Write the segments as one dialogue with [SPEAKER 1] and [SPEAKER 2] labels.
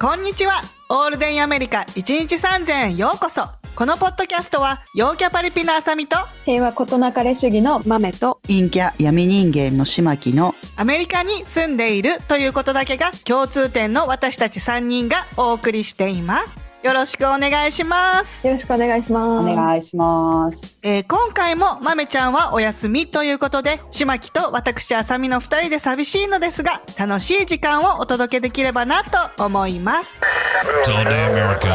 [SPEAKER 1] こんにちは。オールデンアメリカ1日3000ようこそ。このポッドキャストは、陽キャパリピのあさみと、
[SPEAKER 2] 平和ことなかれ主義の豆と
[SPEAKER 3] 陰キャ闇人間の島木の
[SPEAKER 1] アメリカに住んでいるということだけが共通点の私たち3人がお送りしています。よろしくお願いします。
[SPEAKER 2] よろしくお願いしま
[SPEAKER 3] お
[SPEAKER 2] す。
[SPEAKER 3] 願いします。
[SPEAKER 1] えー今回もまめちゃんはお休みということで、しまきと私あさみの2人で寂しいのですが、楽しい時間をお届けできればなと思います。
[SPEAKER 4] It's all day America.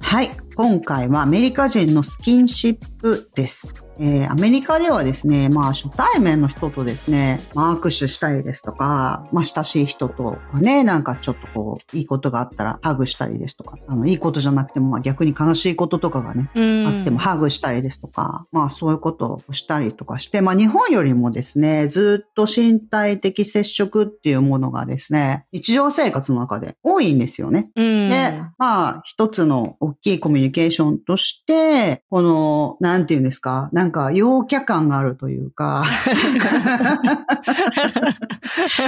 [SPEAKER 3] はい、今回はアメリカ人のスキンシップです。えーアメリカではですね、まあ初対面の人とですね、まあ握手したりですとか、まあ親しい人とかね、なんかちょっとこう、いいことがあったらハグしたりですとか、あの、いいことじゃなくても、まあ逆に悲しいこととかがね、
[SPEAKER 1] うん
[SPEAKER 3] あってもハグしたりですとか、まあそういうことをしたりとかして、まあ日本よりもですね、ずっと身体的接触っていうものがですね、日常生活の中で多いんですよね。
[SPEAKER 1] うん
[SPEAKER 3] で、まあ、一つの大きいコミュニケーションとして、この、なんていうんですか、なんか、陽キャ感があるとい うか、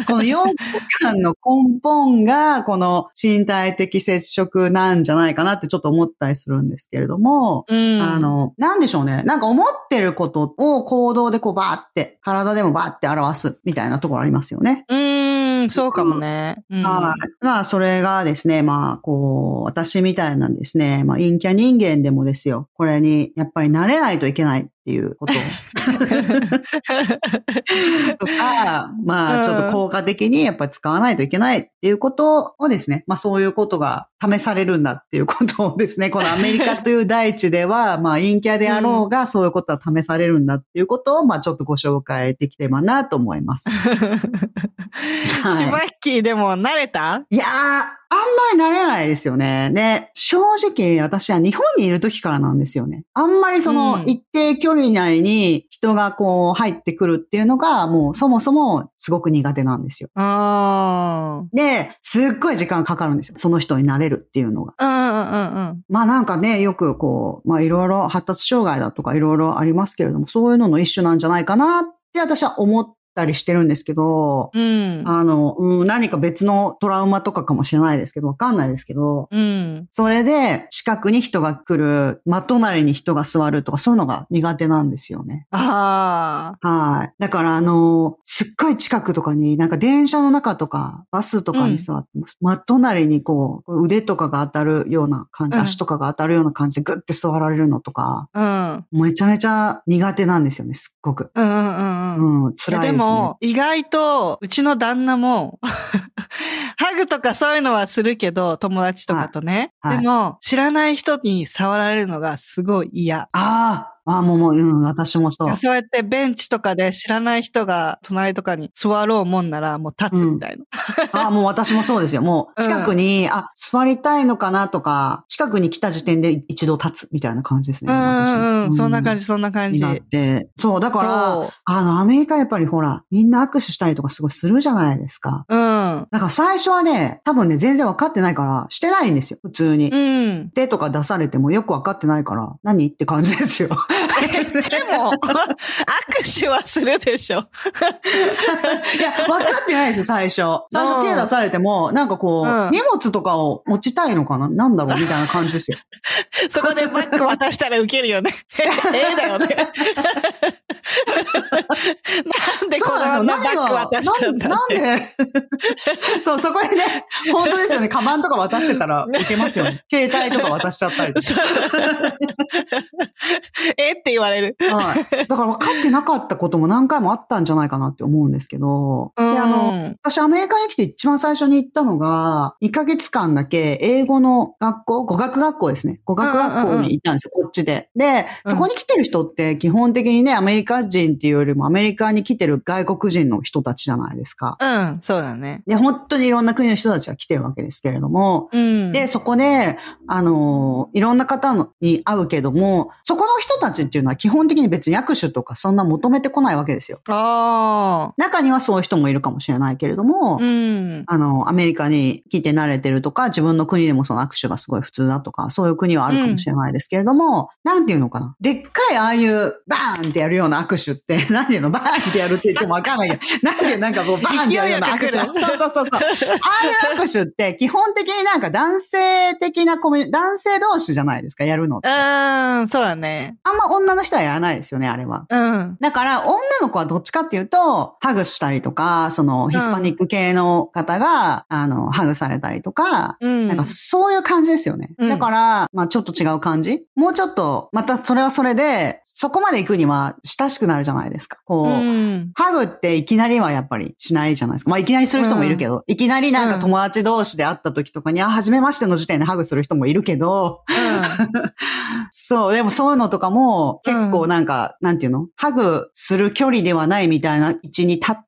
[SPEAKER 3] この陽キャ感の根本が、この身体的接触なんじゃないかなってちょっと思ったりするんですけれども、
[SPEAKER 1] うん
[SPEAKER 3] あの、なんでしょうね。なんか思ってることを行動でこうバーって、体でもバーって表すみたいなところありますよね。
[SPEAKER 1] うーん、そうかもね。うん
[SPEAKER 3] はい。まあ、それがですね、まあ、こう、私みたいなんですね、まあ、陰キャ人間でもですよ、これに、やっぱり慣れないといけないっていう ことをとか、ま
[SPEAKER 1] うん
[SPEAKER 3] あ、ちょっと効果的にやっぱり使わないといけないっていうことをですね、まあ、そういうことが試されるんだっていうことをですね、このアメリカという大地で は、まあ、陰キャであろうが、そういうことは試されるんだっていうことを、まあ、ちょっとご紹介できればなと思い ます。はい
[SPEAKER 1] シマッキーでも慣れた
[SPEAKER 3] いやー、あんまり慣れないですよね。ね、正直私は日本にいる時からなんですよね。あんまりそ
[SPEAKER 1] うん
[SPEAKER 3] の一定距離内に人がこう入ってくるっていうのがもうそもそもすごく苦手なんですよ。
[SPEAKER 1] あ
[SPEAKER 3] で、すっごい時間かかるんですよ。その人になれるっていうのが。
[SPEAKER 1] あ。うんうんうん
[SPEAKER 3] まあなんかね、よくこう、まあいろいろ発達障害だとかいろいろありますけれども、そういうのの一種なんじゃないかなって私は思ったりしてるんですけど、
[SPEAKER 1] うん。うん。
[SPEAKER 3] あの、うん、何か別のトラウマとかかもしれないですけど、わかんないですけど、
[SPEAKER 1] うん。
[SPEAKER 3] それで、近くに人が来る、真隣に人が座るとか、そういうのが苦手なんですよね。
[SPEAKER 1] ああ。
[SPEAKER 3] はい。だから、あの、すっごい近くとかに、なんか電車の中とか、バスとかに座ってます、真隣にこう、腕とかが当たるような感じ、
[SPEAKER 1] うん
[SPEAKER 3] 足とかが当たるような感じでグッて座られるのとか、
[SPEAKER 1] うん。
[SPEAKER 3] めちゃめちゃ苦手なんですよね、すっごく。
[SPEAKER 1] うんうんうん。
[SPEAKER 3] う
[SPEAKER 1] い
[SPEAKER 3] ん、
[SPEAKER 1] や
[SPEAKER 3] 辛いで
[SPEAKER 1] です
[SPEAKER 3] ね。
[SPEAKER 1] も、意外と、うちの旦那も、 ハグとかそういうのはするけど、友達とかとね。
[SPEAKER 3] はいはい
[SPEAKER 1] でも、知らない人に触られるのがすごい嫌。
[SPEAKER 3] ああ、ああ、もう、もう、うん、私もそう。
[SPEAKER 1] そうやってベンチとかで知らない人が隣とかに座ろうもんならもう立つみたいな。
[SPEAKER 3] あ、もう私もそうですよ。もう
[SPEAKER 1] うん
[SPEAKER 3] 近くに、あ、座りたいのかなとか、近くに来た時点で一度立つみたいな感じです
[SPEAKER 1] う
[SPEAKER 3] ね。
[SPEAKER 1] んうんうん。そんな感
[SPEAKER 3] じ。
[SPEAKER 1] じ、そんな感
[SPEAKER 3] に
[SPEAKER 1] じ。
[SPEAKER 3] なって。そう、だから、
[SPEAKER 1] そ
[SPEAKER 3] あの、アメリカやっぱりほら、みんな握手したりとかすごいするじゃないですか。
[SPEAKER 1] う。うん。
[SPEAKER 3] だから最初はね、多分ね、全然分かってないから、してないんですよ、普通に。
[SPEAKER 1] うん。
[SPEAKER 3] 手とか出されてもよく分かってないから、何って感じ ですよ。
[SPEAKER 1] でも、握手はするでしょ。
[SPEAKER 3] いや、分かってないですよ、最初。最初手出されても、なんかこう、
[SPEAKER 1] うん
[SPEAKER 3] 荷物とかを持ちたいのかななんだろうみたいな感じですよ。
[SPEAKER 1] そこでバッグ渡したらウケるよね。 ええだよ ね。なんでこんなバッグ渡したんだっ
[SPEAKER 3] なん
[SPEAKER 1] て。
[SPEAKER 3] で、 そう、そこに ね、本当ですよね。カバンとか 渡してたらいけますよね。携帯とか渡しちゃったりとか。
[SPEAKER 1] ええって言われる。
[SPEAKER 3] はい。だから分かってなかったことも何回もあったんじゃないかなって思うんですけど。で、あの、
[SPEAKER 1] うん、
[SPEAKER 3] 私アメリカに来て一番最初に行ったのが、2ヶ月間だけ英語の学校、語学学校ですね。語学学校に行ったんですよ、こっちで。で、
[SPEAKER 1] うん
[SPEAKER 3] そこに来てる人って基本的にね、アメリカ人っていうよりもアメリカに来てる外国人の人たちじゃないですか。
[SPEAKER 1] うん、そうだね。
[SPEAKER 3] で、本当にいろんな国の人たちが来てるわけですけれども、
[SPEAKER 1] うん。
[SPEAKER 3] で、そこで、あのーいろんな方のに会うけども、そこの人たちっていうのは基本的に別に握手とかそんな求めてこないわけですよ。
[SPEAKER 1] あ
[SPEAKER 3] 中にはそういう人もいるかもしれないけれども、
[SPEAKER 1] あ。うん。
[SPEAKER 3] あの、アメリカに来て慣れてるとか、自分の国でもその握手がすごい普通だとか、そういう国はあるかもしれないですけれども、なんていうのかな。でっかいああいう、バーンってやるような握手って、 なんていうの、バーンってやるって言ってもわかんない けど、なんていう、なんかこう、バーンってやるような握手。
[SPEAKER 1] 勢いよく来る
[SPEAKER 3] そうそうそうそう。ああいう握手って、基本的になんか男性的なコミュニ、男性同士じゃないですか、やるのって。あ
[SPEAKER 1] うん、そうだね。
[SPEAKER 3] んま女の人はやらないですよね、あれは。
[SPEAKER 1] うん。
[SPEAKER 3] だから、女の子はどっちかっていうと、ハグしたりとか、その、ヒスパニック系の方が、あの、ハグされたりとか、
[SPEAKER 1] うん。
[SPEAKER 3] なんかそういう感じですよね。
[SPEAKER 1] うん
[SPEAKER 3] だから、まあちょっと違う感じもうちょっと、またそれはそれで、そこまで行くには親しくなるじゃないですか。こう、
[SPEAKER 1] うん。
[SPEAKER 3] ハグっていきなりはやっぱりしないじゃないですか。まあいきなりする人もいるけど、いきなりなんか友達同士で会った時とかに、あ、初めましての時点でハグする人もいるけど、そう、でもそういうのとかも結構なんか、なんていうのハグする距離ではないみたいな位置に立って、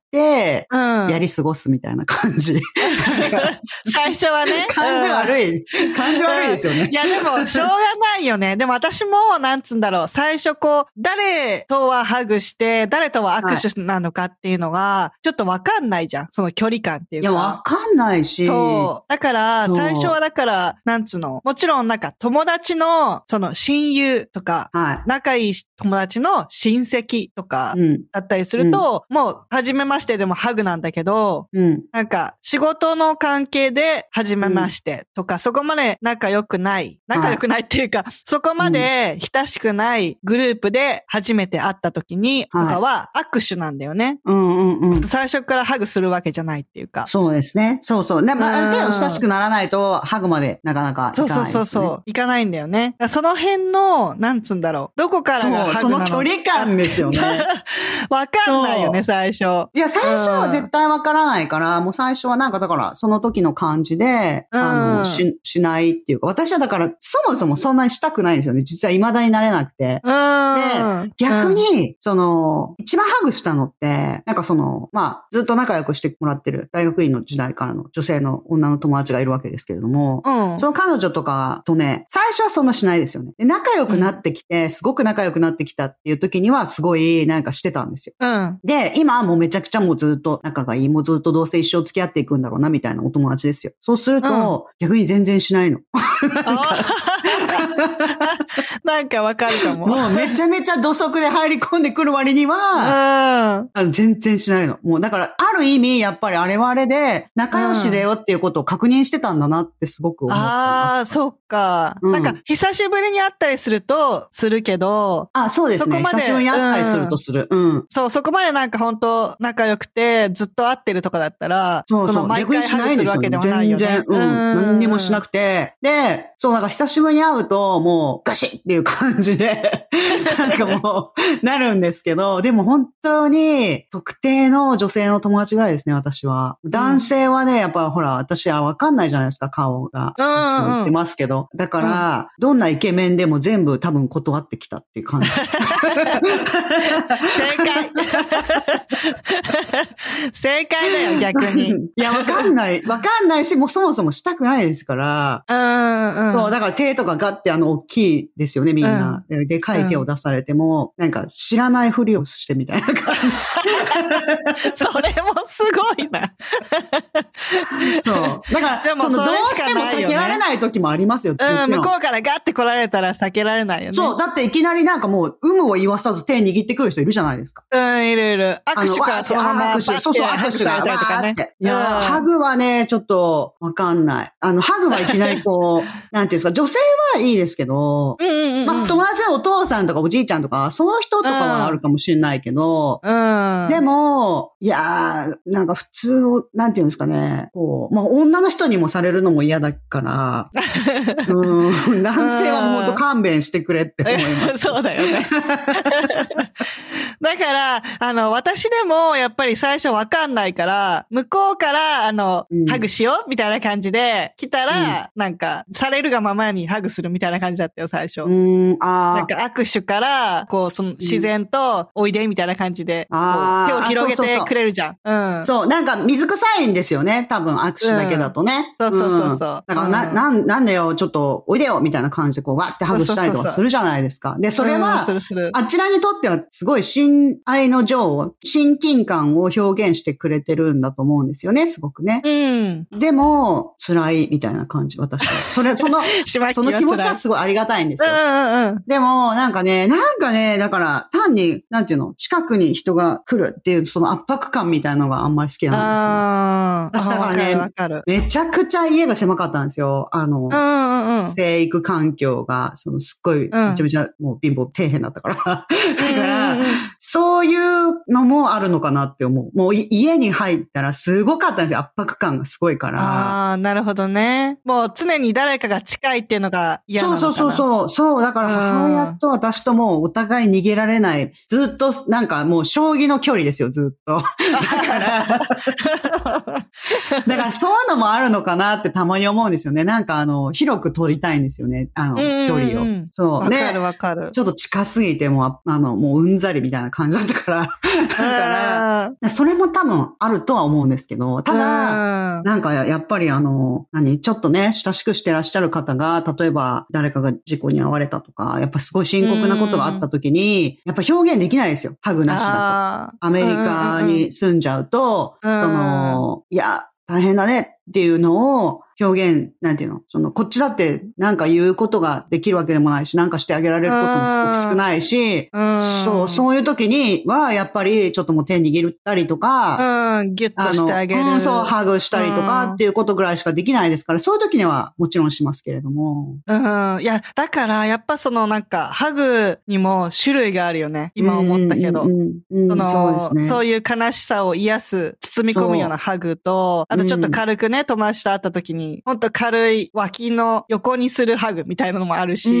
[SPEAKER 1] うん。
[SPEAKER 3] やり過ごすみたいな感 じ。なんか
[SPEAKER 1] 最初はね。
[SPEAKER 3] 感じ悪い。感じ悪いですよね
[SPEAKER 1] い。や、でも、しょうがないよね。で も私も、なんつうんだろう、最初こう、誰とはハグして、誰とは握手なのかっていうのが、ちょっとわかんないじゃん。その距離感っていう
[SPEAKER 3] い
[SPEAKER 1] か。
[SPEAKER 3] や、わかんないし。
[SPEAKER 1] そう。だから、
[SPEAKER 3] そう
[SPEAKER 1] 最初はだから、なんつうの、もちろんなんか友達の、その親友とか、
[SPEAKER 3] は
[SPEAKER 1] 仲いい友達の親戚とか
[SPEAKER 3] い。うん。
[SPEAKER 1] だったりすると、もう、初めましてでもハグなんだけど、
[SPEAKER 3] うん。
[SPEAKER 1] なんか、仕事の関係で、初めましてとか、そこまで仲良くない、仲良くないっていうか、そこまで親しくないグループで初めて会った時に、と
[SPEAKER 3] はい
[SPEAKER 1] かは握手なんだよね。
[SPEAKER 3] うんうんうん。
[SPEAKER 1] 最初からハグするわけじゃないっていうか。
[SPEAKER 3] そうですね。そうそう。でも、
[SPEAKER 1] うん
[SPEAKER 3] ある程度親しくならないと、ハグまでなかなかいか
[SPEAKER 1] そ
[SPEAKER 3] な
[SPEAKER 1] うそう
[SPEAKER 3] い、
[SPEAKER 1] そうそう。行かないんだよね。その辺の、なんつうんだろう。どこからが
[SPEAKER 3] そう、
[SPEAKER 1] ハ
[SPEAKER 3] そ
[SPEAKER 1] グな
[SPEAKER 3] の
[SPEAKER 1] の
[SPEAKER 3] 距離感で すよね。
[SPEAKER 1] わかんないよね、最初。
[SPEAKER 3] いや、最初は絶対わからないから、もう最初はなんかだから、その時の感じで、あ
[SPEAKER 1] うん
[SPEAKER 3] の、し、しないっていうか、私はだから、そもそもそんなにしたくないんですよね。実は未だになれなくて。
[SPEAKER 1] うん。
[SPEAKER 3] 逆に、その、一番ハグしたのって、なんかその、まあ、ずっと仲良くしてもらってる、大学院の時代からの女性の女の友達がいるわけですけれども、
[SPEAKER 1] うん、うん。
[SPEAKER 3] その彼女とかとね、最初はそんなしないですよね。で仲良くなってきて、すごく仲良くなってきたっていう時には、すごいなんかしてたんですよ。
[SPEAKER 1] うん。
[SPEAKER 3] で、今はもうめちゃくちゃもうずっと仲がいい、もうずっとどうせ一生付き合っていくんだろうな、みたいなお友達ですよ。そうすると、逆に全然しないの。
[SPEAKER 1] あー なんかわかるかも。
[SPEAKER 3] もうめちゃめちゃ土足で入り込んでくる割には、
[SPEAKER 1] うん。
[SPEAKER 3] あの、全然しないの。もう、だから、ある意味、やっぱりあれはあれで、仲良しだよっていうことを確認してたんだなってすごく思ったな。
[SPEAKER 1] ああ、そっか。
[SPEAKER 3] うん
[SPEAKER 1] なんか、久しぶりに会ったりすると、するけど、
[SPEAKER 3] あ、そうです
[SPEAKER 1] そ
[SPEAKER 3] ね。
[SPEAKER 1] こまで
[SPEAKER 3] 久しぶりに会ったりするとする。うん。
[SPEAKER 1] そう、そこまでなんか本当仲良くて、ずっと会ってるとかだったら、
[SPEAKER 3] そうそ
[SPEAKER 1] の
[SPEAKER 3] う。
[SPEAKER 1] 毎
[SPEAKER 3] 逆に
[SPEAKER 1] 回
[SPEAKER 3] し
[SPEAKER 1] ハ
[SPEAKER 3] な
[SPEAKER 1] グ
[SPEAKER 3] い
[SPEAKER 1] す
[SPEAKER 3] で
[SPEAKER 1] る
[SPEAKER 3] す
[SPEAKER 1] わ
[SPEAKER 3] よ
[SPEAKER 1] けで
[SPEAKER 3] ね。
[SPEAKER 1] もないよ
[SPEAKER 3] 全
[SPEAKER 1] ね。
[SPEAKER 3] 然、うん。何にもしなくて。で、そう、なんか久しぶりに会うと、もう、ガシッっていう感じで、 なんかもう、なるんですけど、でも本当に、特定の女性の友達ぐらいですね、私は。男性はね、やっぱほら、私はわかんないじゃないですか、顔が。
[SPEAKER 1] うんうんうん
[SPEAKER 3] いつも言ってますけど。だから、どんなイケメンでも全部多分断ってきたっていう感じ。
[SPEAKER 1] 正解。 正解だ よ、逆に。うん
[SPEAKER 3] いや、わかんない。わかんないし、もうそもそもしたくないですから。
[SPEAKER 1] うん。
[SPEAKER 3] そう、だから手とかガッてあの、大きいですよね、みんな。ででかい手を出されても、なんか知らないふりをしてみた いな感
[SPEAKER 1] それもすごいな。
[SPEAKER 3] じ。そう。だか
[SPEAKER 1] で
[SPEAKER 3] ら、
[SPEAKER 1] も
[SPEAKER 3] その、
[SPEAKER 1] そ
[SPEAKER 3] どう
[SPEAKER 1] れし
[SPEAKER 3] し
[SPEAKER 1] か
[SPEAKER 3] ても
[SPEAKER 1] ないよね
[SPEAKER 3] 避けられない時もありますよ。も
[SPEAKER 1] うん、
[SPEAKER 3] ちろ
[SPEAKER 1] 向こうからガッて来られたら避けられないよね。
[SPEAKER 3] そう、だっていきなりなんかもう、有無を言わさず手握ってくる人いるじゃないですか。
[SPEAKER 1] うん、いるいる。
[SPEAKER 3] あ
[SPEAKER 1] 握手からそのまま
[SPEAKER 3] わーって握手、そうそう、
[SPEAKER 1] バッて
[SPEAKER 3] 握手が
[SPEAKER 1] されたりとかね
[SPEAKER 3] わーっていやー、
[SPEAKER 1] うん
[SPEAKER 3] ハグはね、ちょっと、わかんない。あの、ハグはいきな りこう、なんていうんですか、女性はいいですけど、
[SPEAKER 1] うんうんうん。
[SPEAKER 3] まあ、友達のお父さんとかおじいちゃんとか、その人とかはあるかもしれないけど、
[SPEAKER 1] うん。
[SPEAKER 3] でも、いやー、なんか普通の、なんていうんですかね、ね、こう、まあ女の人にもされるのも嫌だ から、うん、男性はもうほんと勘弁してくれって思い ます。
[SPEAKER 1] そうだよね。だから、あの、私でも、やっぱり最初わかんないから、向こうから、あの、
[SPEAKER 3] うん
[SPEAKER 1] ハグしようみたいな感じで、来たら、なんか、されるがままにハグするみたいな感じだったよ、最初。
[SPEAKER 3] うん、あ
[SPEAKER 1] な
[SPEAKER 3] あ
[SPEAKER 1] ん。か握手から、こう、その自然と、おいでみたいな感じで、こ
[SPEAKER 3] あ
[SPEAKER 1] う手
[SPEAKER 3] ー
[SPEAKER 1] を広げ
[SPEAKER 3] あそうそ
[SPEAKER 1] て
[SPEAKER 3] うそう
[SPEAKER 1] くれるじゃん。うん。
[SPEAKER 3] そう、なんか水臭いんですよね。多分握手だけだとね。
[SPEAKER 1] うんそうそうそうそうん
[SPEAKER 3] だからな、
[SPEAKER 1] うん
[SPEAKER 3] なん、なんだよ、ちょっと、おいでよ、みたいな感じで、こう、わってハグしたりとかするじゃないですか。で、それ
[SPEAKER 1] うん
[SPEAKER 3] は
[SPEAKER 1] す、るする。
[SPEAKER 3] あちらにとってはすごい親愛の情を、親近感を表現してくれてるんだと思うんですよね、すごくね。
[SPEAKER 1] うん。
[SPEAKER 3] でも、辛いみたいな感じ、私は。それ、その、
[SPEAKER 1] しまき
[SPEAKER 3] その気持ちは
[SPEAKER 1] す
[SPEAKER 3] すごいありがたいんですよ。
[SPEAKER 1] うんうんうん。
[SPEAKER 3] でも、なんかね、なんかね、だから、単に、なんていうの、近くに人が来るっていう、その圧迫感みたいなのがあんまり好きなん
[SPEAKER 1] あー
[SPEAKER 3] 私だからね
[SPEAKER 1] あわかるわかる。
[SPEAKER 3] ですよ。めちゃくちゃ家が狭かったんですよ。あの、
[SPEAKER 1] うんうんうん。
[SPEAKER 3] 生育環境が、そのすっごい、めちゃめちゃ、もう貧乏、底辺だったから。だから、
[SPEAKER 1] うんうんうん
[SPEAKER 3] そういうのもあるのかなって思う。もうい家に入ったらすごかったんですよ。圧迫感がすごいから。
[SPEAKER 1] ああー、なるほどね。もう常に誰かが近いっていうのが嫌な
[SPEAKER 3] そ
[SPEAKER 1] の
[SPEAKER 3] う
[SPEAKER 1] かな
[SPEAKER 3] そうそう
[SPEAKER 1] う。
[SPEAKER 3] そう。そう。だから
[SPEAKER 1] うん
[SPEAKER 3] 母親と私ともうお互い逃げられない。ずっと、なんかもう将棋の距離ですよ、ずっ と。だからそういうのもあるのかなってたまに思うんですよね。なんかあの、広く取りたいんですよね。あ
[SPEAKER 1] う
[SPEAKER 3] の、
[SPEAKER 1] んうん
[SPEAKER 3] 距
[SPEAKER 1] うん
[SPEAKER 3] 離を。そ
[SPEAKER 1] わ
[SPEAKER 3] う。で、
[SPEAKER 1] かるわかる。
[SPEAKER 3] ちょっと近すぎてもう、あの、もううんざりみたいな感じだったから。だから、それも多分あるとは思うんですけど、ただ、
[SPEAKER 1] だ、
[SPEAKER 3] なんかやっぱりあの、何、ちょっとね、親しくしてらっしゃる方が、例えば誰かが事故に遭われたとか、やっぱすごい深刻なことがあった時に、やっぱ表現できないですよ。ハグなしだ
[SPEAKER 1] あー
[SPEAKER 3] と。アメリカに住んじゃうと、
[SPEAKER 1] うんうんうん
[SPEAKER 3] その、いや、大変だねっていうのを表現、なんていうのその、こっちだってなんか言うことができるわけでもないし、なんかしてあげられることもすごく少ないし、
[SPEAKER 1] うん
[SPEAKER 3] そう、そういう時には、やっぱりちょっともう手握ったりとか、
[SPEAKER 1] うん。うん、ギュッとしてあげる。
[SPEAKER 3] うん、そう、ハグしたりと
[SPEAKER 1] うん
[SPEAKER 3] かっていうことぐらいしかできないですから、そういう時にはもちろんしますけれども。
[SPEAKER 1] うん。いや、だから、やっぱそのなんか、ハグにも種類があるよね。今思ったけど。
[SPEAKER 3] うんうんうん
[SPEAKER 1] その
[SPEAKER 3] そうです
[SPEAKER 1] そう
[SPEAKER 3] ね。
[SPEAKER 1] いう悲しさを癒す、包み込むようなハグと、あとちょっと軽くね、友達と会った時に、ほんと軽い脇の横にするハグみたいなのもあるし、
[SPEAKER 3] う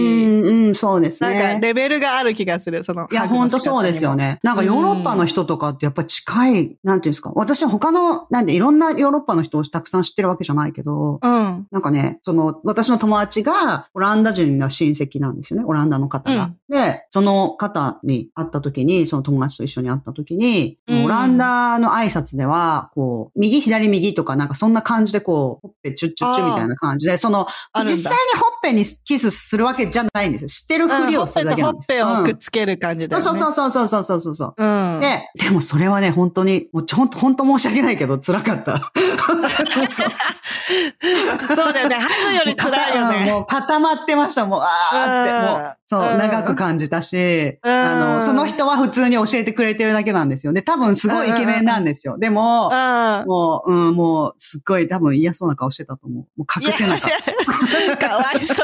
[SPEAKER 3] ん、うん、そうです
[SPEAKER 1] なんか
[SPEAKER 3] ね。
[SPEAKER 1] レベルがある気がする、その
[SPEAKER 3] いや、
[SPEAKER 1] ハグの
[SPEAKER 3] ほんと
[SPEAKER 1] 仕方にも
[SPEAKER 3] そうですよ。ね。なんかヨーロッパの人とかってやっぱ近い、なんていうんですか。私他の、なんでいろんなヨーロッパの人をたくさん知ってるわけじゃないけど、
[SPEAKER 1] うん。
[SPEAKER 3] なんかね、その、私の友達が、オランダ人の親戚なんですよね、オランダの方が。で、その方に会った時に、その友達と一緒に会った時に、
[SPEAKER 1] うん
[SPEAKER 3] オランダの挨拶では、こう、右左右とか、なんかそんな感じで、こう、ほっぺチュッチュッチュみたいな感じで、その、
[SPEAKER 1] あるんだ
[SPEAKER 3] 実際にほっぺにキスするわけじゃないんですよ。知ってるふり
[SPEAKER 1] うん
[SPEAKER 3] を
[SPEAKER 1] ほっ
[SPEAKER 3] す
[SPEAKER 1] ぺ
[SPEAKER 3] るだ
[SPEAKER 1] と
[SPEAKER 3] け
[SPEAKER 1] ほ
[SPEAKER 3] な
[SPEAKER 1] っ
[SPEAKER 3] んです
[SPEAKER 1] ぺを
[SPEAKER 3] うん
[SPEAKER 1] くっつける感じだよね。
[SPEAKER 3] そうそうそうそうそうそうそうそう。
[SPEAKER 1] う。うん。
[SPEAKER 3] で、でもそれはね、本当に、もうちょ、ほんと、ほんと申し訳ないけど、辛かった。
[SPEAKER 1] そうだよね。ハグより辛いよ
[SPEAKER 3] うん
[SPEAKER 1] ね。
[SPEAKER 3] もう固まってました、もう、あーっ
[SPEAKER 1] う
[SPEAKER 3] て、
[SPEAKER 1] ん
[SPEAKER 3] もう、そう、
[SPEAKER 1] うん
[SPEAKER 3] 長く感じたし、
[SPEAKER 1] うん
[SPEAKER 3] あの、その人は普通に教えてくれてるだけなんですよね。多分すごいイケメンなんですよ。でも、
[SPEAKER 1] う。
[SPEAKER 3] もう、うん、もう、すっごい多分嫌そうな顔してたと思う。もうん隠せなかっ
[SPEAKER 1] いや。かわいそう。 い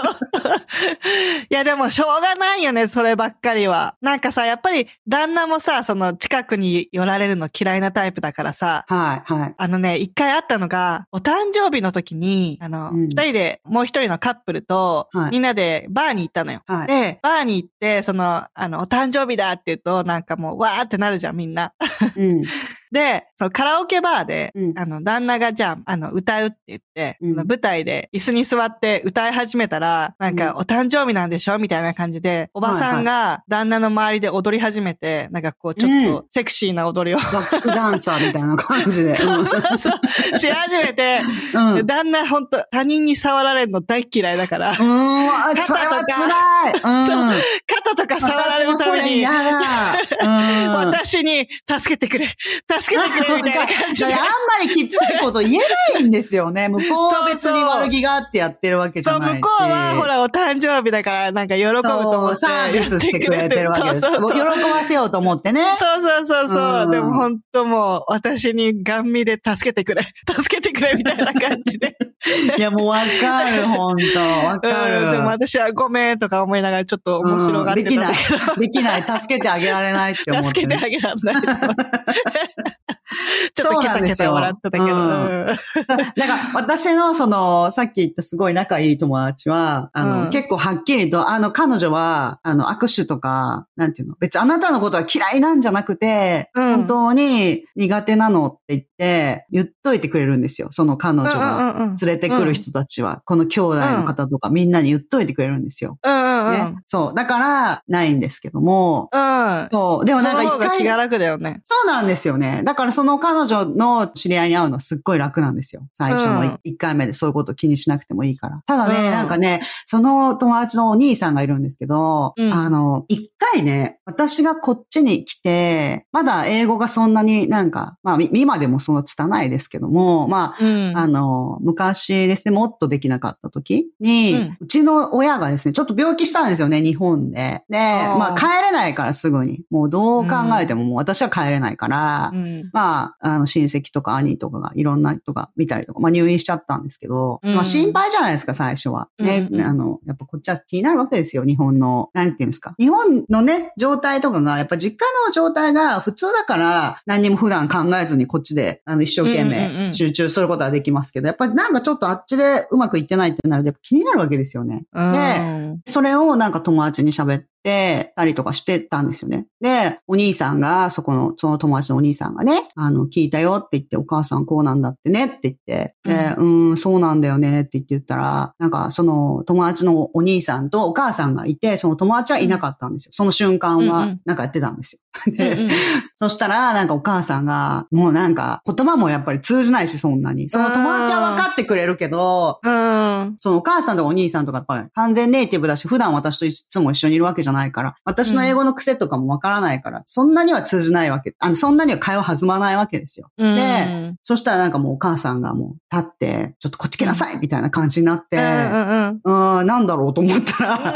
[SPEAKER 1] や、でも、しょうがないよね、そればっかりは。なんかさ、やっぱり、旦那もさ、その、近くに寄られるの嫌いなタイプだからさ、
[SPEAKER 3] た。はい、はい。
[SPEAKER 1] あのね、一回あったのが、お誕生日の時に、あの、
[SPEAKER 3] う
[SPEAKER 1] 二、
[SPEAKER 3] ん
[SPEAKER 1] 人で、もう一人のカップルと、
[SPEAKER 3] はい
[SPEAKER 1] みんなでバーに行ったのよ。
[SPEAKER 3] はい
[SPEAKER 1] で、バーに行って、その、あの、お誕生日だって言うと、なんかもう、わーってなるじゃん、みんな。
[SPEAKER 3] うん。
[SPEAKER 1] で、そのカラオケバーで、
[SPEAKER 3] うん
[SPEAKER 1] あの、旦那がじゃあ、あの、歌うって言って、
[SPEAKER 3] うん
[SPEAKER 1] あの舞台で椅子に座って歌い始めたら、なんか、
[SPEAKER 3] うん
[SPEAKER 1] お誕生日なんでしょみたいな感じで、おばさんが旦那の周りで踊り始めて、なんかこう、ちょっとセクシーな 踊りをし
[SPEAKER 3] バックダンサーみたいな感じで。 う
[SPEAKER 1] 始めて、
[SPEAKER 3] ん。う
[SPEAKER 1] で
[SPEAKER 3] ん。
[SPEAKER 1] 旦那ほんと、他人に触られるの大嫌いだから、
[SPEAKER 3] うん、あそれは辛い。うん。
[SPEAKER 1] 肩とか触ら
[SPEAKER 3] 私
[SPEAKER 1] れ
[SPEAKER 3] も
[SPEAKER 1] るた
[SPEAKER 3] そ
[SPEAKER 1] め
[SPEAKER 3] れ
[SPEAKER 1] に
[SPEAKER 3] 嫌、 だ。うん。
[SPEAKER 1] 私に、助けてくれ、助けてくれ、みたいな 感じ
[SPEAKER 3] だ
[SPEAKER 1] で
[SPEAKER 3] か。らあんまりきついこと言えないんです よね。向こうは別に悪気があってやってるわけじ
[SPEAKER 1] そ
[SPEAKER 3] ゃ
[SPEAKER 1] う、
[SPEAKER 3] ない
[SPEAKER 1] 向
[SPEAKER 3] し。
[SPEAKER 1] こうは、ほら、お誕生日だから、なんか喜ぶと思
[SPEAKER 3] そ
[SPEAKER 1] っ
[SPEAKER 3] う
[SPEAKER 1] て。
[SPEAKER 3] サービスしてくれてるわけです。
[SPEAKER 1] そうそうそう
[SPEAKER 3] 喜ばせようと思ってね。
[SPEAKER 1] そうそうそうそう
[SPEAKER 3] うん
[SPEAKER 1] でも本当もう、私にガン見で助けてくれ、 助けてくれみたいな感じで。
[SPEAKER 3] いや、もうわかる、ほんと。わか
[SPEAKER 1] うんでも
[SPEAKER 3] る。
[SPEAKER 1] 私はごめんとか思いながらちょっと面白がって
[SPEAKER 3] うんでき
[SPEAKER 1] た
[SPEAKER 3] なんい
[SPEAKER 1] だけど。。
[SPEAKER 3] できない。助けてあげられないって思っ
[SPEAKER 1] 助け
[SPEAKER 3] て
[SPEAKER 1] て
[SPEAKER 3] ね。
[SPEAKER 1] あげらんない。ちょっとケタケタ笑ってたけど。
[SPEAKER 3] そうなんですよ
[SPEAKER 1] うん
[SPEAKER 3] なんか、私のその、さっき言ったすごい仲いい友達は、あの、
[SPEAKER 1] うん
[SPEAKER 3] 結構はっきりと、あの、彼女は、あの、握手とか、なんていうの、別にあなたのことは嫌いなんじゃなくて、
[SPEAKER 1] うん
[SPEAKER 3] 本当に苦手なのって言って、言っといてくれるんですよ、その彼女が。
[SPEAKER 1] うんうんうん。
[SPEAKER 3] 連れてくる人たちは、この兄弟の方とかみんなに言っといてくれるんですよ。
[SPEAKER 1] うんうんうん。
[SPEAKER 3] ね、そう。だから、ないんですけども。
[SPEAKER 1] うん。
[SPEAKER 3] そう。でもなん
[SPEAKER 1] そ
[SPEAKER 3] か
[SPEAKER 1] の
[SPEAKER 3] 一
[SPEAKER 1] 方が
[SPEAKER 3] 回
[SPEAKER 1] 気、が楽だよね。
[SPEAKER 3] そうなんですよね。だからその彼女の知り合いに会うのはすっごい楽なんですよ。最初
[SPEAKER 1] う
[SPEAKER 3] の
[SPEAKER 1] ん
[SPEAKER 3] 一回目でそういうこと気にしなくてもいいから。ただ
[SPEAKER 1] う
[SPEAKER 3] ね、
[SPEAKER 1] ん
[SPEAKER 3] なんかね、その友達のお兄さんがいるんですけど、
[SPEAKER 1] うん
[SPEAKER 3] あの、一回ね、私がこっちに来て、まだ英語がそんなになんか、まあみ今でもその拙いですけども、まあ
[SPEAKER 1] うん
[SPEAKER 3] あの、昔ですね、もっとできなかった時に、う
[SPEAKER 1] うん
[SPEAKER 3] ちの親がですね、ちょっと病気したんですよね、日本で。で、
[SPEAKER 1] あー
[SPEAKER 3] まあ帰れないからすぐに。もうどう考えても、もう私は帰れないから、
[SPEAKER 1] うん。
[SPEAKER 3] まあ、あの、親戚とか兄とかがいろんな人が見たりとか、まあ入院しちゃったんですけど、
[SPEAKER 1] うん
[SPEAKER 3] まあ心配じゃないですか、最初は。ね、
[SPEAKER 1] うんうん
[SPEAKER 3] あの、やっぱこっちは気になるわけですよ、日本の、なんていうんですか。日本のね、状態とかが、やっぱ実家の状態が普通だから、何にも普段考えずにこっちで、あの、一生懸
[SPEAKER 1] うんうんう
[SPEAKER 3] 命
[SPEAKER 1] ん
[SPEAKER 3] 集中することはできますけど、やっぱりなんかちょっとあっちでうまくいってないってなると、やっぱ気になるわけですよね。で、それをなんか友達に喋ってたりとかしてたんですよね。で、お兄さんが、そこの、その友達のお兄さんがね、あの、聞いたよって言って、お母さんこうなんだってねって言って、で、うん、ん、そうなんだよねって言って言ったら、なんかその友達のお兄さんとお母さんがいて、その友達はいなかったんですよ。その瞬間
[SPEAKER 1] うんう
[SPEAKER 3] は
[SPEAKER 1] ん、
[SPEAKER 3] なんかやってたんですよ。で、
[SPEAKER 1] うんうん
[SPEAKER 3] そしたら、なんかお母さんが、もうなんか言葉もやっぱり通じないし、そんなに。その友達は分かってくれるけど、
[SPEAKER 1] うん。
[SPEAKER 3] そのお母さんとかお兄さんとかやっぱり完全ネイティブだし、普段私といつも一緒にいるわけじゃないから、私の英語の癖とかもわからないから、そんなには通じないわけ、あの、そんなには会話弾まないわけですよ。
[SPEAKER 1] うん
[SPEAKER 3] で、そしたらなんかもうお母さんがもう立って、ちょっとこっち来なさいみたいな感じになって、
[SPEAKER 1] う
[SPEAKER 3] うん、
[SPEAKER 1] うんん
[SPEAKER 3] なんだろうと思ったら、ガ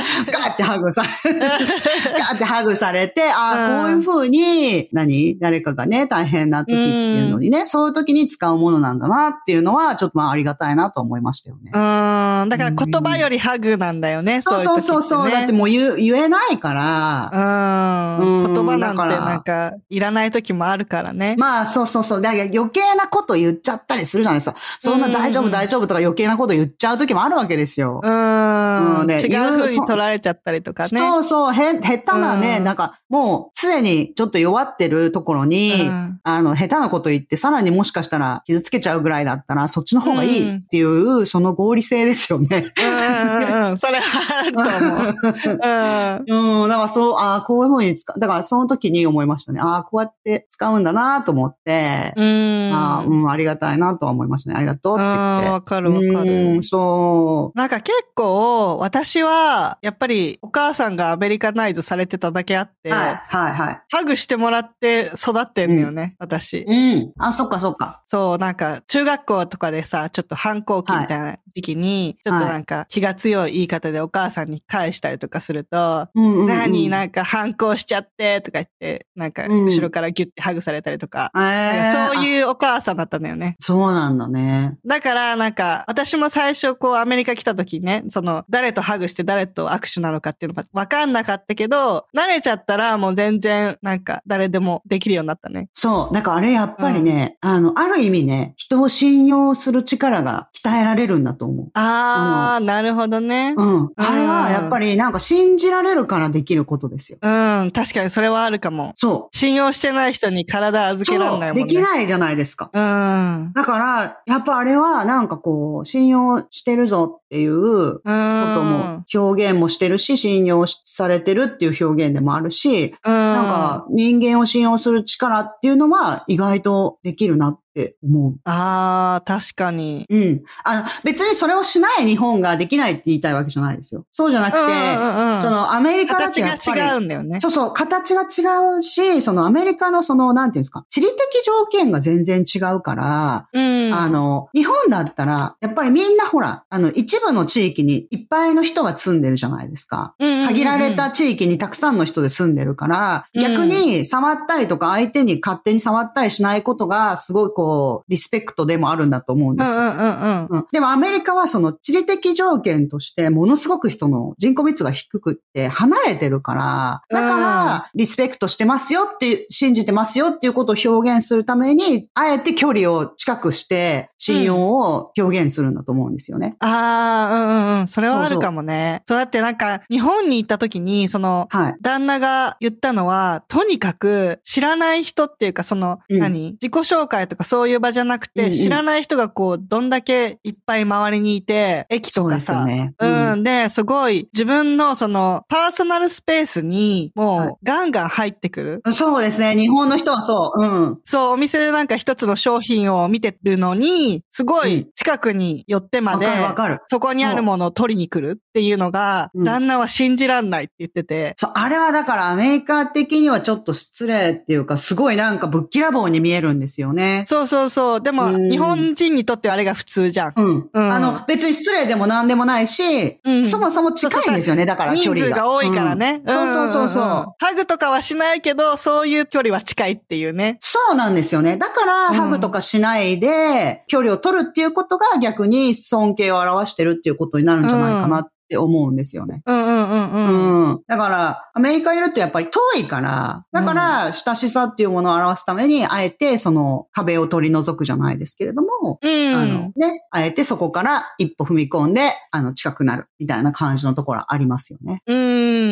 [SPEAKER 3] ーってハグさ れ、ガーってハグされて、ああ、こう
[SPEAKER 1] う
[SPEAKER 3] いうん風に、何誰かがね、大変な時っていうのにね、そういう時に使うものなんだなっていうのは、ちょっとまあありがたいなと思いましたよね。
[SPEAKER 1] うん。うん。だから言葉よりハグなんだよね。
[SPEAKER 3] そうそうそうそう。
[SPEAKER 1] い時
[SPEAKER 3] だって
[SPEAKER 1] ね
[SPEAKER 3] もう言う言えないか
[SPEAKER 1] う
[SPEAKER 3] ら、うん
[SPEAKER 1] ん。言葉なんて
[SPEAKER 3] だから
[SPEAKER 1] なんか、いらない時もあるからね。
[SPEAKER 3] まあそうそうそう。だから余計なこと言っちゃったりするじゃないですか。そんな
[SPEAKER 1] うんうんうん
[SPEAKER 3] 大丈夫大丈夫とか余計なこと言っちゃう時もあるわけですよ。
[SPEAKER 1] う
[SPEAKER 3] うん
[SPEAKER 1] ん。
[SPEAKER 3] ね
[SPEAKER 1] 違う風に取られちゃったりとかね。
[SPEAKER 3] そうそう、へ、下手なね、
[SPEAKER 1] うん
[SPEAKER 3] なんか、もう、すでにちょっと弱ってるところに、
[SPEAKER 1] うん
[SPEAKER 3] あの、下手なこと言って、さらにもしかしたら傷つけちゃうぐらいだったら、そっちの方がいいっていう、その合理性ですよね。
[SPEAKER 1] うんうん うん。それはあると思う。
[SPEAKER 3] うん、だからそう、ああ、こういうふうに使う。だからその時に思いましたね。ああ、こうやって使うんだなと思って、
[SPEAKER 1] うん。うん。
[SPEAKER 3] ああ、う
[SPEAKER 1] うん。
[SPEAKER 3] ん、ありがたいなとは思いましたね。ありがとうって言って。
[SPEAKER 1] わかるわかる。
[SPEAKER 3] うん、そ
[SPEAKER 1] なんか結構、私は、やっぱりお母さんがアメリカナイズされてただけあって、
[SPEAKER 3] う。はい、はい、はい。
[SPEAKER 1] ハグしてもらって育ってんだよね、私。
[SPEAKER 3] うん。あ、そっかそっか。
[SPEAKER 1] そう、なんか、中学校とかでさ、ちょっと反抗期みたいな時期に、
[SPEAKER 3] はい
[SPEAKER 1] ちょっとなんか、気が強い言い方でお母さんに返したりとかすると、
[SPEAKER 3] うんうん、うん。
[SPEAKER 1] 何、なんか反抗しちゃって、とか言って、なんか、
[SPEAKER 3] うん
[SPEAKER 1] 後ろからギュッてハグされたりとか、
[SPEAKER 3] えー、
[SPEAKER 1] そう
[SPEAKER 3] う。
[SPEAKER 1] いうお母さんだったんだよね。
[SPEAKER 3] そうなんだね。
[SPEAKER 1] だから、なんか、私も最初、こう、アメリカ来た時ね、その、誰とハグして誰と握手なのかっていうのが分かんなかったけど、慣れちゃったら、もう全然、なんか、誰でもできるようになったね。
[SPEAKER 3] そう。だからあれやっぱりね、あの、ある意味ね、人を信用する力が鍛えられるんだと思
[SPEAKER 1] あー、なるほどね。
[SPEAKER 3] う。うん。あれはやっぱりなんか信じられるからできることですよ。
[SPEAKER 1] うん、確かにそれはあるかも。
[SPEAKER 3] そ
[SPEAKER 1] 信用してない人に体
[SPEAKER 3] う。
[SPEAKER 1] 預けら
[SPEAKER 3] そ。
[SPEAKER 1] れないうも
[SPEAKER 3] で
[SPEAKER 1] んね。
[SPEAKER 3] きないじゃないですか。
[SPEAKER 1] うん。
[SPEAKER 3] だから、やっぱあれはなんかこう、信用してるぞっていう
[SPEAKER 1] う
[SPEAKER 3] こと
[SPEAKER 1] ん
[SPEAKER 3] も。、表現もしてるし、信用されてるっていう表現でもあるし、
[SPEAKER 1] うん。
[SPEAKER 3] なん
[SPEAKER 1] あ
[SPEAKER 3] か人間を信用する力っていうのは意外とできるなって思う。
[SPEAKER 1] あー、確かに。
[SPEAKER 3] うん。あの、別にそれをしない日本ができないって言いたいわけじゃないですよ。そうじゃなくて、そのアメリカだ
[SPEAKER 1] 形
[SPEAKER 3] とやっぱり、
[SPEAKER 1] が違うんだよね。
[SPEAKER 3] そうそう、形が違うし、そのアメリカのその、なんていうんですか、地理的条件が全然違うから、
[SPEAKER 1] うん。
[SPEAKER 3] あの、日本だったら、やっぱりみんなほら、あの、一部の地域にいっぱいの人が住んでるじゃないですか。
[SPEAKER 1] うんうんうんうん
[SPEAKER 3] 限られた地域にたくさんの人で住んでるから、
[SPEAKER 1] うん
[SPEAKER 3] 逆に触ったりとか相手に勝手に触ったりしないことが、すごいここう、リスペクトでもあるんだと思うん
[SPEAKER 1] う
[SPEAKER 3] で
[SPEAKER 1] ん
[SPEAKER 3] す
[SPEAKER 1] う
[SPEAKER 3] よ。
[SPEAKER 1] んうんうん。
[SPEAKER 3] うんでもアメリカはその地理的条件としてものすごく人の人口密度が低くって離れてるから、だからリスペクトしてますよって、信じてますよっていうことを表現するために、あえて距離を近くして信用を表現するんだと思うんですよね。
[SPEAKER 1] ああ、うんうんうん。それはあるかもね。そうだってなんか、日本に行った時に、その、
[SPEAKER 3] はい。
[SPEAKER 1] 旦那が言ったのは、とにかく知らない人っていうか、その、
[SPEAKER 3] うん
[SPEAKER 1] 何自己紹介とかそういう場じゃなくて、
[SPEAKER 3] うんうん
[SPEAKER 1] 知らない人がこう、どんだけいっぱい周りにいて、駅と
[SPEAKER 3] そうで
[SPEAKER 1] か
[SPEAKER 3] すよ
[SPEAKER 1] さ、
[SPEAKER 3] ね。
[SPEAKER 1] う
[SPEAKER 3] うん
[SPEAKER 1] ん、で、すごい、自分のその、パーソナルスペースに、
[SPEAKER 3] はい
[SPEAKER 1] もう、ガンガン入ってくる。
[SPEAKER 3] そうですね。日本の人はそう。うん。
[SPEAKER 1] そう、お店でなんか一つの商品を見てるのに、すご
[SPEAKER 3] う
[SPEAKER 1] い
[SPEAKER 3] ん
[SPEAKER 1] 近くに寄ってま
[SPEAKER 3] わ
[SPEAKER 1] で、
[SPEAKER 3] かるわかる。
[SPEAKER 1] そこにあるものを取りに来るっていうのが、
[SPEAKER 3] うん
[SPEAKER 1] 旦那は信じらんないって言ってて、
[SPEAKER 3] そう、あれはだからアメリカ的にはちょっと失礼っていうか、すごいなんかぶっきらぼうに見えるんですよね。
[SPEAKER 1] そうそうそう。でも、
[SPEAKER 3] うん
[SPEAKER 1] 日本人にとってはあれが普通じゃん。
[SPEAKER 3] うん。
[SPEAKER 1] うん
[SPEAKER 3] あの、別に失礼でも何でもないし、
[SPEAKER 1] うん
[SPEAKER 3] そもそも近いんですよね、だから距
[SPEAKER 1] 人
[SPEAKER 3] 離が。
[SPEAKER 1] 数が多いからね。
[SPEAKER 3] うん
[SPEAKER 1] んんん
[SPEAKER 3] そうそうそうそう。
[SPEAKER 1] ハグとかはしないけど、そういう距離は近いっていうね。
[SPEAKER 3] そうなんですよね。だから、
[SPEAKER 1] うん
[SPEAKER 3] ハグとかしないで、距離を取るっていうことが逆に尊敬を表してるっていうことになるんじゃないかなって思うんですよね。
[SPEAKER 1] うんうんうん
[SPEAKER 3] う
[SPEAKER 1] うん。
[SPEAKER 3] ん。だから、アメリカいるとやっぱり遠いから、だから、親しさっていうものを表すために、あえてその壁を取り除くじゃないですけれども、
[SPEAKER 1] うん。
[SPEAKER 3] あのね、あえてそこから一歩踏み込んで、あの、近くなるみたいな感じのところありますよね。
[SPEAKER 1] う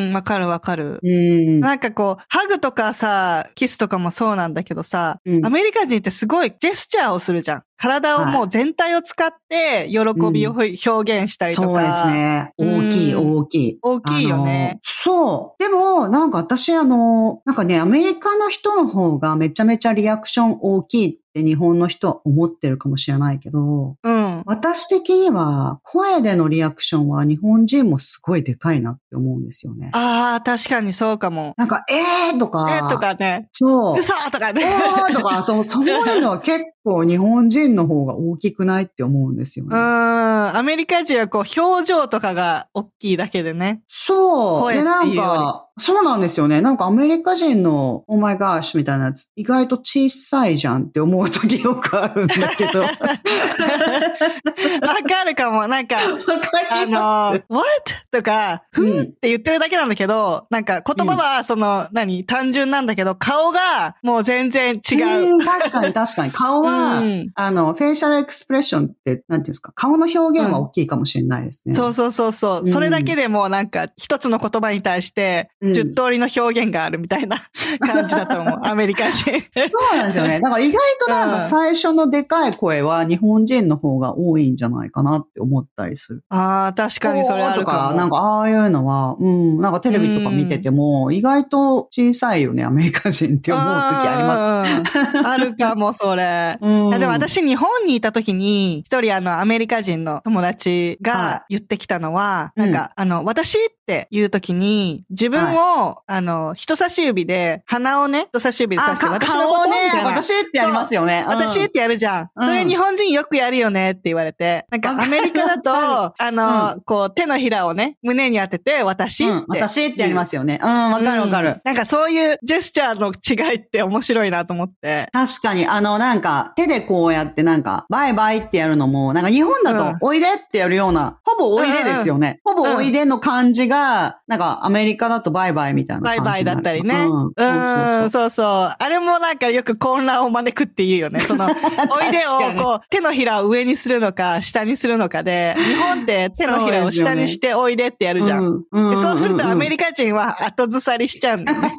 [SPEAKER 1] ん、わかるわかる。
[SPEAKER 3] うん。
[SPEAKER 1] なんかこう、ハグとかさ、キスとかもそうなんだけどさ、
[SPEAKER 3] うん
[SPEAKER 1] アメリカ人ってすごいジェスチャーをするじゃん。体をもう全体を使って、喜びを表現したりとか。
[SPEAKER 3] そうですね。大きい、
[SPEAKER 1] うん
[SPEAKER 3] 大きい。
[SPEAKER 1] 大きいよね
[SPEAKER 3] あの。そう。でも、なんか私、あの、なんかね、アメリカの人の方がめちゃめちゃリアクション大きいって日本の人は思ってるかもしれないけど、
[SPEAKER 1] うん。
[SPEAKER 3] 私的には声でのリアクションは日本人もすごいでかいなって思うんですよね。
[SPEAKER 1] ああ、確かにそうかも。
[SPEAKER 3] なんか、えーとか、
[SPEAKER 1] えーと、かね。
[SPEAKER 3] そう
[SPEAKER 1] う。そーとかね。
[SPEAKER 3] おーと か、そう、そういうのは結構日本人の方が大きくないって思うんですよ
[SPEAKER 1] う
[SPEAKER 3] ね。
[SPEAKER 1] ーん。アメリカ人はこう、表情とかが大きいだけで ね。
[SPEAKER 3] そう。
[SPEAKER 1] 声
[SPEAKER 3] で、な
[SPEAKER 1] ってい
[SPEAKER 3] ん
[SPEAKER 1] うより
[SPEAKER 3] か、そうなんですよね。なんかアメリカ人のオーマイガーシュみたいなやつ、意外と小さいじゃんって思う時よくあるんだ けど。わか
[SPEAKER 1] わかるかも。なんか、あ
[SPEAKER 3] り
[SPEAKER 1] の
[SPEAKER 3] ます
[SPEAKER 1] ー、what? とか、ふ
[SPEAKER 3] う
[SPEAKER 1] ー
[SPEAKER 3] ん
[SPEAKER 1] って言ってるだけなんだけど、なんか言葉はその、何、単純なんだけど、顔がもう全然違う。
[SPEAKER 3] ん確かに確かに。顔は、
[SPEAKER 1] うん
[SPEAKER 3] あの、フェイシャルエクスプレッションって、なんていうんですか、顔の表現は大きいかもしれないですね。
[SPEAKER 1] そうそうそうそう、
[SPEAKER 3] うん
[SPEAKER 1] それだけでもうなんか、一つの言葉に対して、
[SPEAKER 3] うん
[SPEAKER 1] 10通りの表現があるみたいな感じだと 思う。アメリカ人。
[SPEAKER 3] そうなんですよね。だから意外となん
[SPEAKER 1] うん
[SPEAKER 3] か最初のでかい声は日本人の方が多いんじゃないかなって思ったりする。
[SPEAKER 1] ああ、確かにそれある
[SPEAKER 3] とか
[SPEAKER 1] か、も。
[SPEAKER 3] なんかああいうのは、うん、なんかテレビとか見てても、意外と小さいよね、アメリカ人って思う時あ
[SPEAKER 1] ります。あるかも、それ
[SPEAKER 3] り。ます。
[SPEAKER 1] あでも
[SPEAKER 3] うん、
[SPEAKER 1] 私日本にいた時に一人あのアメリカ人の友達
[SPEAKER 3] は
[SPEAKER 1] が言ってきたのは、なんか、あの私って言う時に自分を、あの人差し指で鼻をね人差し指で
[SPEAKER 3] あ、
[SPEAKER 1] 刺して
[SPEAKER 3] か
[SPEAKER 1] 私のこと
[SPEAKER 3] 顔を
[SPEAKER 1] み
[SPEAKER 3] ね
[SPEAKER 1] た、いな。
[SPEAKER 3] 私ってやりますよね。うん
[SPEAKER 1] 私ってやるじゃん。
[SPEAKER 3] うん
[SPEAKER 1] それ日本人よくやるよねって言われて。なん
[SPEAKER 3] わ
[SPEAKER 1] か
[SPEAKER 3] か
[SPEAKER 1] ア
[SPEAKER 3] る
[SPEAKER 1] メリカだ
[SPEAKER 3] わ
[SPEAKER 1] と、あの、こう手のひらをね、胸に当てて私って。
[SPEAKER 3] うん私ってやりますよね。うん、わかるわか
[SPEAKER 1] うん
[SPEAKER 3] る。
[SPEAKER 1] なんかそういうジェスチャーの違いって面白いなと思って。
[SPEAKER 3] 確かに、あの、なんか、手でこうやって、なんか、バイバイってやるのも、なんか日本だ
[SPEAKER 1] うん
[SPEAKER 3] と、おいでってやるような、ほぼおいでですよね。ほぼおいでの感じが、なんか、アメリカだとバイバイみたいな
[SPEAKER 1] バ
[SPEAKER 3] 感
[SPEAKER 1] イ
[SPEAKER 3] じ
[SPEAKER 1] バイ
[SPEAKER 3] に
[SPEAKER 1] だ
[SPEAKER 3] なる
[SPEAKER 1] ったりね。
[SPEAKER 3] うん
[SPEAKER 1] うーん、そうそう。あれもなんかよく混乱を招くって言うよね。その、おいで
[SPEAKER 3] 確かに
[SPEAKER 1] をこう、手のひらを上にするのか、下にするのかで、日本って手のひらを下にして、おいでってやるじゃん。
[SPEAKER 3] ん。う
[SPEAKER 1] でそうするとアメ
[SPEAKER 3] リ
[SPEAKER 1] リカ人は後ずさりしちゃうんだよね。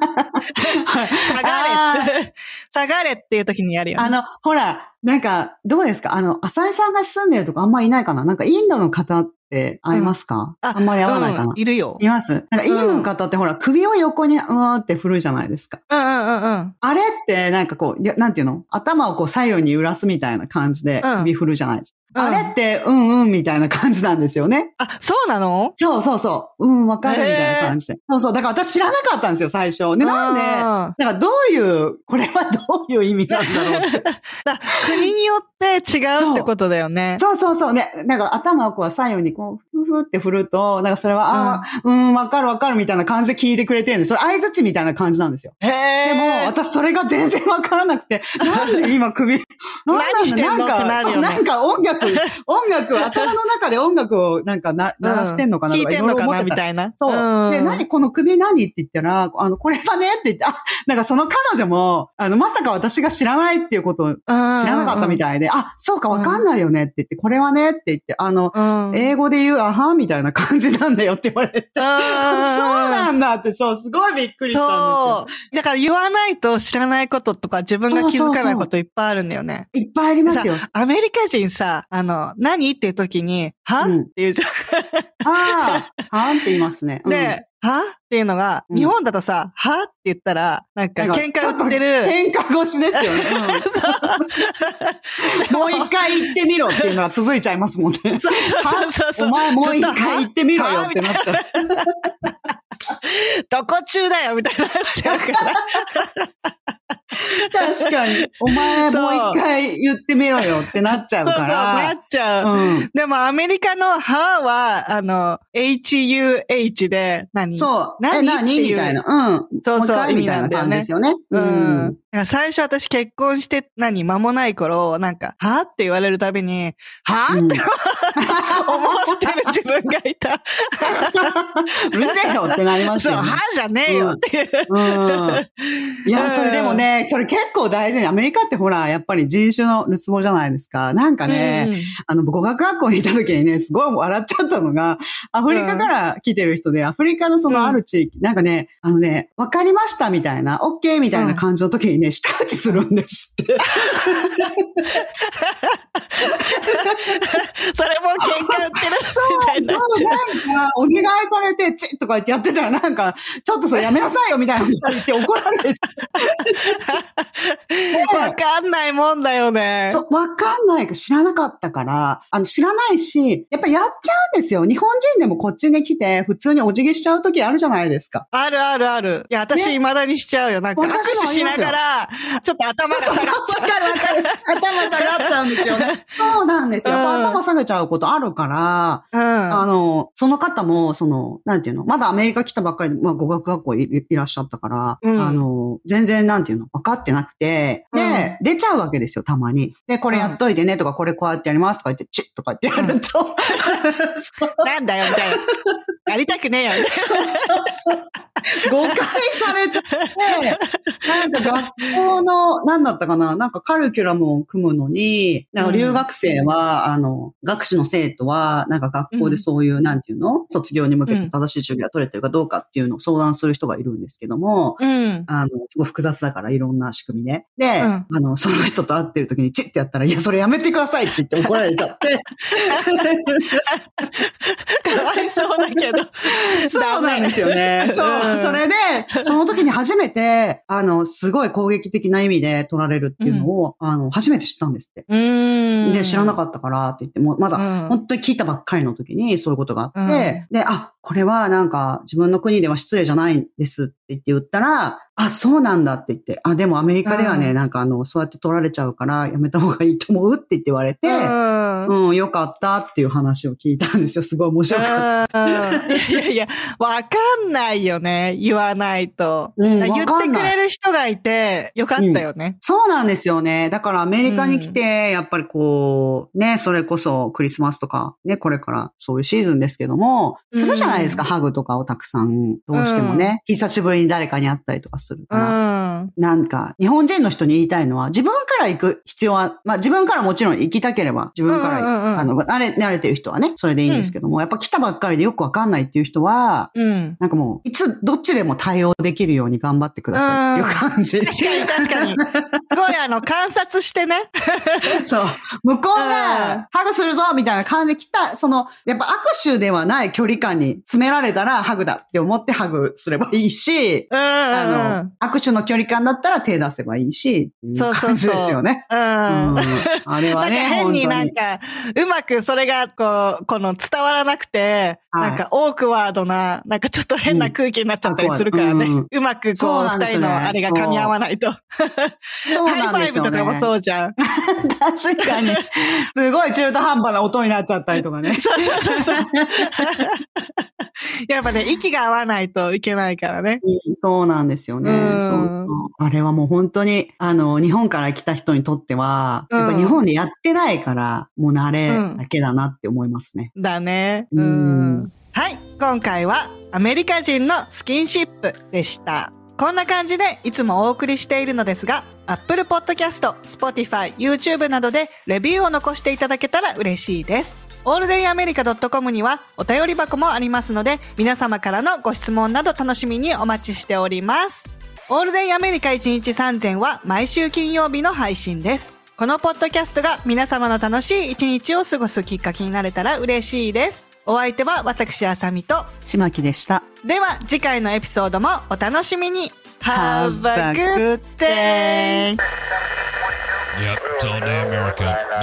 [SPEAKER 1] 下がれって、下がれっていう時にやるよ
[SPEAKER 3] あ
[SPEAKER 1] ね。
[SPEAKER 3] の、ほら、なんか、どうですかあの、浅井さんが住んでるとこあんまいないかななんか、インドの方って会いますか、
[SPEAKER 1] うん
[SPEAKER 3] あんまり会わないかな、
[SPEAKER 1] うんいるよ。
[SPEAKER 3] いますなんか、インドの方ってほら、首を横に、うーって振るじゃないですか。
[SPEAKER 1] うんうんうんうん。
[SPEAKER 3] あれって、なんかこういや、なんていうの頭をこう左右に揺らすみたいな感じで
[SPEAKER 1] うん
[SPEAKER 3] 首振るじゃないですか。
[SPEAKER 1] うん
[SPEAKER 3] あれって、うんうんみたいな感じなんですよね。
[SPEAKER 1] あ、そうなの
[SPEAKER 3] そうそうそう。うん、わかるみたいな感じで。そうそう。だから私知らなかったんですよ、最初。で、なんで、
[SPEAKER 1] あー
[SPEAKER 3] だからどういう、これはどういう意味なんだろうって。
[SPEAKER 1] だ国によって違うってことだよね。
[SPEAKER 3] そうそうそうね。なんか頭をこう左右にこう、ふふって振ると、なんかそれは、ああ、うん、わかるわかるみたいな感じで聞いてくれてるんで、それ合図値みたいな感じなんですよ。
[SPEAKER 1] へ
[SPEAKER 3] でも、
[SPEAKER 1] え。
[SPEAKER 3] 私それが全然わからなくて、なんで今首、なんだろう
[SPEAKER 1] 何してんの
[SPEAKER 3] なんか
[SPEAKER 1] ってなるよね
[SPEAKER 3] そうなんか 音楽、音楽、頭の中で音楽をなんかな鳴らしてんのかな
[SPEAKER 1] 聞
[SPEAKER 3] と
[SPEAKER 1] い
[SPEAKER 3] か、
[SPEAKER 1] てんのか
[SPEAKER 3] ろろ思っ
[SPEAKER 1] な
[SPEAKER 3] て
[SPEAKER 1] み
[SPEAKER 3] た
[SPEAKER 1] たいな。
[SPEAKER 3] そう。
[SPEAKER 1] ん
[SPEAKER 3] で、何この首何って言ったら、あの、これはねって言って、あ、なんかその彼女も、あの、まさか私が知らないっていうことを知らなかったみたいで、あ、そうかわかんないよねって言って、これはねって言って、あの、
[SPEAKER 1] うん。
[SPEAKER 3] 英語で言う、あはみたいな感じなんだよって言われて、
[SPEAKER 1] そう
[SPEAKER 3] そうなんんだって、そう、すごいびっくりしたん
[SPEAKER 1] そう。
[SPEAKER 3] で
[SPEAKER 1] だから言わないと知らないこととか自分が気づかないこといっぱいあるんだよね。
[SPEAKER 3] すよ。いっぱいありますよ。
[SPEAKER 1] アメリカ人さ、あの、何っていう時に、は、
[SPEAKER 3] うん
[SPEAKER 1] って言うじゃん。
[SPEAKER 3] ああ、はんって言いますね。うん
[SPEAKER 1] で、はっていうのが、
[SPEAKER 3] うん
[SPEAKER 1] 日本だとさ、はって言ったら、なんか
[SPEAKER 3] なんか
[SPEAKER 1] 喧嘩売ってる。
[SPEAKER 3] 喧嘩越しですよね。うんもう一回言ってみろっていうのが続いちゃいますもんね。
[SPEAKER 1] そうそうそうそ
[SPEAKER 3] お
[SPEAKER 1] う。
[SPEAKER 3] 前もう一回言ってみろよってなっちゃう。
[SPEAKER 1] どこ中だよみたいになっちゃうから。
[SPEAKER 3] 確かに。お前もう一回言ってみろよってなっちゃう
[SPEAKER 1] そう
[SPEAKER 3] か
[SPEAKER 1] そう、なっ
[SPEAKER 3] ら。
[SPEAKER 1] ちゃう。
[SPEAKER 3] うん
[SPEAKER 1] でもアメリカのはは、あの、huh で、何
[SPEAKER 3] そう。
[SPEAKER 1] 何っ
[SPEAKER 3] え、
[SPEAKER 1] て
[SPEAKER 3] 何
[SPEAKER 1] いう
[SPEAKER 3] みたいな。うん。
[SPEAKER 1] そうそう
[SPEAKER 3] も一回みたいな感じですよね。
[SPEAKER 1] う。
[SPEAKER 3] うん
[SPEAKER 1] だ
[SPEAKER 3] ん。
[SPEAKER 1] から最初私結婚して、何、間もない頃、なんか、はって言われるたびに、は
[SPEAKER 3] うん
[SPEAKER 1] って思ってる自分がい た。
[SPEAKER 3] うるせえよってなります
[SPEAKER 1] そう、
[SPEAKER 3] よね。
[SPEAKER 1] はじゃねえよっていう。
[SPEAKER 3] うん いや、それでもね、それ結構大事に、アメリカってほら、やっぱり人種のるつぼじゃないですか。なんかね、あの、語学学校にいた時にね、すごい笑っちゃったのが、アフリカから来てる人で、アフリカのそのある地域、なんかね、あのね、わかりましたみたいな、オッケーみたいな感じの時にね、舌打ちするんですって。
[SPEAKER 1] うんそれも喧嘩売ってるみた
[SPEAKER 3] そう、
[SPEAKER 1] いにな
[SPEAKER 3] な
[SPEAKER 1] っ
[SPEAKER 3] ん
[SPEAKER 1] ちゃう。
[SPEAKER 3] か、お願いされて、チッとか言ってやってたら、なんか、ちょっとそれやめなさいよみたいなこと言って怒られて。
[SPEAKER 1] わかんないもんだよね。
[SPEAKER 3] そう、わかんないか知らなかったから、あの、知らないし、やっぱやっちゃうんですよ。日本人でもこっちに来て、普通にお辞儀しちゃう時あるじゃないですか。
[SPEAKER 1] あるあるある。いや、私
[SPEAKER 3] ね
[SPEAKER 1] 未だにしちゃうよ。なんか握
[SPEAKER 3] 私も
[SPEAKER 1] 手しながら、ちょっと頭が下がっちゃう。
[SPEAKER 3] わかる。頭下がっちゃうんですよね。 そうなんですよ。
[SPEAKER 1] うん
[SPEAKER 3] 頭下げちゃうことあるから、
[SPEAKER 1] うん
[SPEAKER 3] あの、その方も、その、なんていうの、まだアメリカ来たばっかりで、まあ語学学校いいらっしゃったから、
[SPEAKER 1] うん
[SPEAKER 3] あの、全然なんていうの、分かってなくて、で、出ちゃうわけですよ、たまに。で、これやっといてねとか、これこうやってやりますとか言って、チッとか言ってやると、 そう
[SPEAKER 1] なんだよ、み たいな。やりたくねえよ、みたい
[SPEAKER 3] 誤解されちゃって、なんか学校の、なんだったかな、なんかカリキュラムを組むのに、なんか留学生は、あの、学士の生徒は、なんか学校でそういう、なんていうの卒業に向けて正しい授業が取れてるかどうかっていうのを相談する人がいるんですけども、
[SPEAKER 1] な。うん。
[SPEAKER 3] あの、すごい複雑だから、いろんな仕組みね。で、
[SPEAKER 1] うん
[SPEAKER 3] あの、その人と会ってる時にチッてやったら、いや、それやめてくださいって言って怒られちゃって。
[SPEAKER 1] かわいそうだけど。
[SPEAKER 3] そうなんですよね。そうう。
[SPEAKER 1] ん
[SPEAKER 3] それで、その時に初めて、あの、すごい攻撃的な意味で取られるっていうのを、あの、初めて知ったんですって。
[SPEAKER 1] うん。
[SPEAKER 3] で、知らな
[SPEAKER 1] っ
[SPEAKER 3] かったからって言って、もうまだ、
[SPEAKER 1] うん
[SPEAKER 3] 本当に聞いたばっかりの時にそういうことがあって、で、あ、これはなんか自分の国では失礼じゃないんですって言って言ったら、あ、そうなんだって言って、あ、でもアメリカではね、
[SPEAKER 1] うん
[SPEAKER 3] なんかあの、そうやって取られちゃうからやめた方がいいと思うって言って言われて、
[SPEAKER 1] うん。うん
[SPEAKER 3] うん、よかったっていう話を聞いたんですよ。すごい面
[SPEAKER 1] い
[SPEAKER 3] 白かった。
[SPEAKER 1] やいやいや、わかんないよね、言わないと。
[SPEAKER 3] うん
[SPEAKER 1] 言っ
[SPEAKER 3] わか
[SPEAKER 1] て
[SPEAKER 3] ん
[SPEAKER 1] く
[SPEAKER 3] ない
[SPEAKER 1] れる人がいて、よかったよね。
[SPEAKER 3] そうなんですよね。だからアメリカに来て、やっぱりこう、ね、それこそクリスマスとか、ね、これからそういうシーズンですけども、するじゃないですか、
[SPEAKER 1] うん
[SPEAKER 3] ハグとかをたくさん、どうしてもね、久しぶりに誰かに会ったりとかする
[SPEAKER 1] う
[SPEAKER 3] から。
[SPEAKER 1] ん。
[SPEAKER 3] なんか、日本人の人に言いたいのは、自分から行く必要は、まあ自分からもちろん行きたければ、自分から、
[SPEAKER 1] うんうんうん
[SPEAKER 3] あの、慣れ、慣れてる人はね、それでいいんですけども、やっぱ来たばっかりでよくわかんないっていう人は、
[SPEAKER 1] うん。
[SPEAKER 3] なんかもう、いつ、どっちでも対応できるように頑張ってくださいっていう感じ。
[SPEAKER 1] 確かに確かに。すごいあの、観察してね。
[SPEAKER 3] そう。向こう
[SPEAKER 1] うん
[SPEAKER 3] が、ハグするぞみたいな感じで来た、その、やっぱ握手ではない距離感に詰められたら、ハグだって思ってハグすればいいし、
[SPEAKER 1] うんうん
[SPEAKER 3] あ
[SPEAKER 1] うん。
[SPEAKER 3] の、握手の距離感だったら手出せばいいし、っていう
[SPEAKER 1] そうそう
[SPEAKER 3] 感じ
[SPEAKER 1] そう
[SPEAKER 3] ですよね。
[SPEAKER 1] うん。
[SPEAKER 3] うんあれ
[SPEAKER 1] なん
[SPEAKER 3] は
[SPEAKER 1] か
[SPEAKER 3] ね、
[SPEAKER 1] 変になんか、うまくそれが、こう、この伝わらなくて、
[SPEAKER 3] はい
[SPEAKER 1] なんかオークワードな、なんかちょっと変な空気になっちゃったりするからね。
[SPEAKER 3] う
[SPEAKER 1] うん
[SPEAKER 3] うん
[SPEAKER 1] まく
[SPEAKER 3] そ
[SPEAKER 1] こ
[SPEAKER 3] う
[SPEAKER 1] う、
[SPEAKER 3] なんで
[SPEAKER 1] 二
[SPEAKER 3] すよ
[SPEAKER 1] 人
[SPEAKER 3] ね
[SPEAKER 1] のあれが噛み合わないと。
[SPEAKER 3] そう
[SPEAKER 1] ハイフ ァイ
[SPEAKER 3] なんです
[SPEAKER 1] ブ
[SPEAKER 3] よね
[SPEAKER 1] とかもそうじゃん。
[SPEAKER 3] 確かに。すごい中途半端な音になっちゃったりとかね。
[SPEAKER 1] そうそうそうそう。やっぱね、息が合わないといけないからね。
[SPEAKER 3] そうなんですよね。
[SPEAKER 1] うん
[SPEAKER 3] そうそうあれはもう本当に、あの、日本から来た人にとっては、
[SPEAKER 1] うん
[SPEAKER 3] やっぱ日本でやってないから、もう慣れだけだなって思いますね。
[SPEAKER 1] だね。
[SPEAKER 3] う
[SPEAKER 1] うんん。はい。今回はアメリカ人のスキンシップでした。こんな感じでいつもお送りしているのですが、Apple Podcast、Spotify、YouTube などでレビューを残していただけたら嬉しいです。オールデイアメリカ .com にはお便り箱もありますので、皆様からのご質問など楽しみにお待ちしております。オールデイアメリカ1日3000は毎週金曜日の配信です。このポッドキャストが皆様の楽しい一日を過ごすきっかけになれたら嬉しいです。お相手は私、あさみと。
[SPEAKER 3] 島木でした。
[SPEAKER 1] では次回のエピソードもお楽しみに。Have a
[SPEAKER 3] Have a
[SPEAKER 1] good
[SPEAKER 3] good
[SPEAKER 1] day!
[SPEAKER 4] Yep, it's all day America.